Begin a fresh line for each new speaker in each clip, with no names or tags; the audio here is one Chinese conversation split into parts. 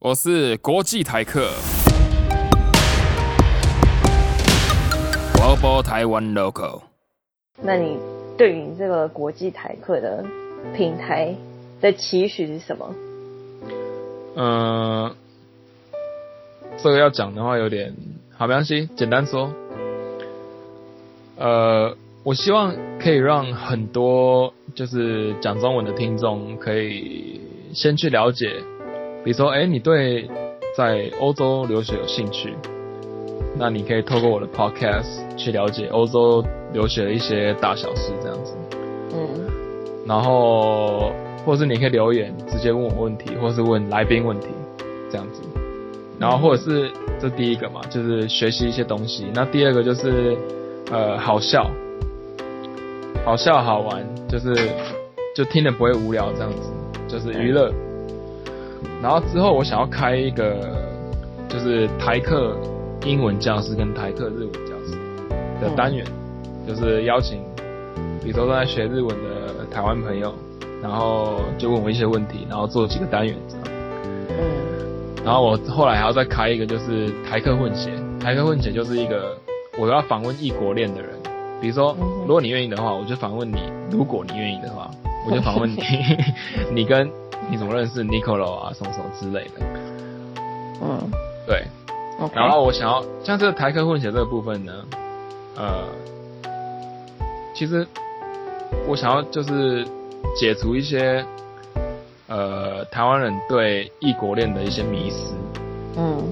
我是国际台客。我播台湾 local，
那你对于你这个国际台客的平台的期许是什么？
嗯，这个要讲的话有点好，没关系，简单说。呃，我希望可以让很多就是讲中文的听众可以先去了解，比如说，哎、你对在欧洲留学有兴趣，那你可以透过我的 podcast 去了解欧洲留学的一些大小事，这样子。
嗯
然后或是你可以留言直接问我问题，或是问来宾问题，这样子。然后或者是这第一个嘛，就是学习一些东西。那第二个就是呃好笑，好笑好玩，就是就听了不会无聊这样子，就是娱乐。然后之后我想要开一个就是台客英文教室跟台客日文教室的单元，就是邀请比如说都在学日文的台湾朋友，然后就问我一些问题，然后做几个单元这样。
嗯
然后我后来还要再开一个，就是台客混血。台客混血就是一个我要访问异国恋的人，比如说
嗯哼，
如果你愿意的话，我就访问你；如果你愿意的话，我就访问你，你跟你怎么认识 Nicolo 啊，什么什么之类的。
嗯
对，
，OK，
然后我想要像这个台客混血这个部分呢，呃，其实我想要就是解除一些呃台湾人对异国恋的一些迷思。
嗯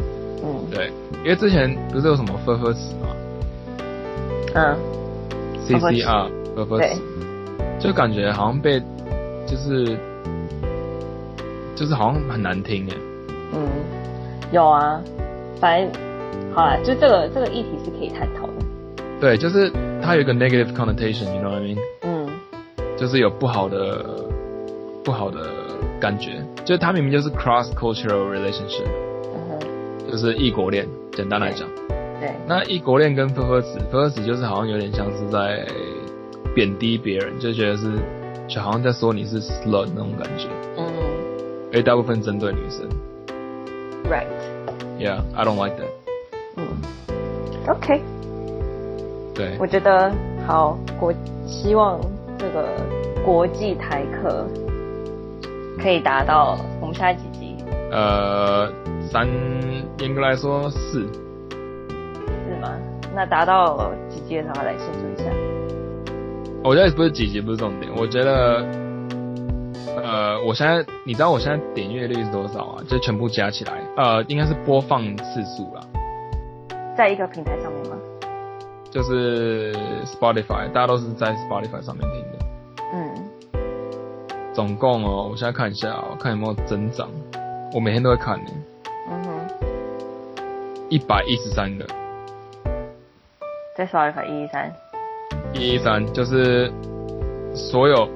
嗯
对，因为之前不是有什么分分词嘛
嗯
，C C R 分分
对
词，就感觉好像被就是就是好像很难听哎。
嗯，有啊，反正好啦，就这个这个议题是可以探讨的。
对，就是它有一个 negative connotation，you know what I mean？
嗯
就是有不好的不好的感觉，就是它明明就是 cross cultural relationship，
嗯哼，
就是异国恋，简单来讲。
对，
那异国恋跟分合子，分合子就是好像有点像是在贬低别人，就觉得是就好像在说你是 slut 那种感觉，
嗯
而且大部分针对女生。
，right，
Yeah, I don't like that。
嗯，OK，
对
我觉得好国，希望这个国际台客可以达到我们下几集
呃，三严格来说四，
是吗？那达到几集的时候来庆祝一下。
我觉得不是几集不是重点，我觉得，呃，我现在你知道我现在点阅率是多少啊？就全部加起来，呃，应该是播放次数啦，
在一个平台上面吗？
就是 Spotify，大家都是在 Spotify 上面听的。
嗯，
总共哦，我现在看一下、哦，看有没有增长。我每天都会看呢，
嗯哼，
一百一十三个，
在 Spotify 一一三，
一一三就是所有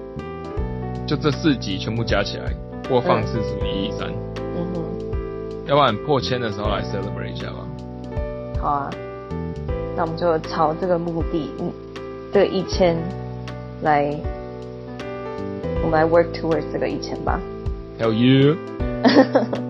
就这四集全部加起来播放次数一一三，
嗯哼，
要不然破千的时候来 celebrate 一下吧。
好啊，那我们就朝这个目的，嗯，这个一千来，我们来 work towards 这个一千吧。
Hell you！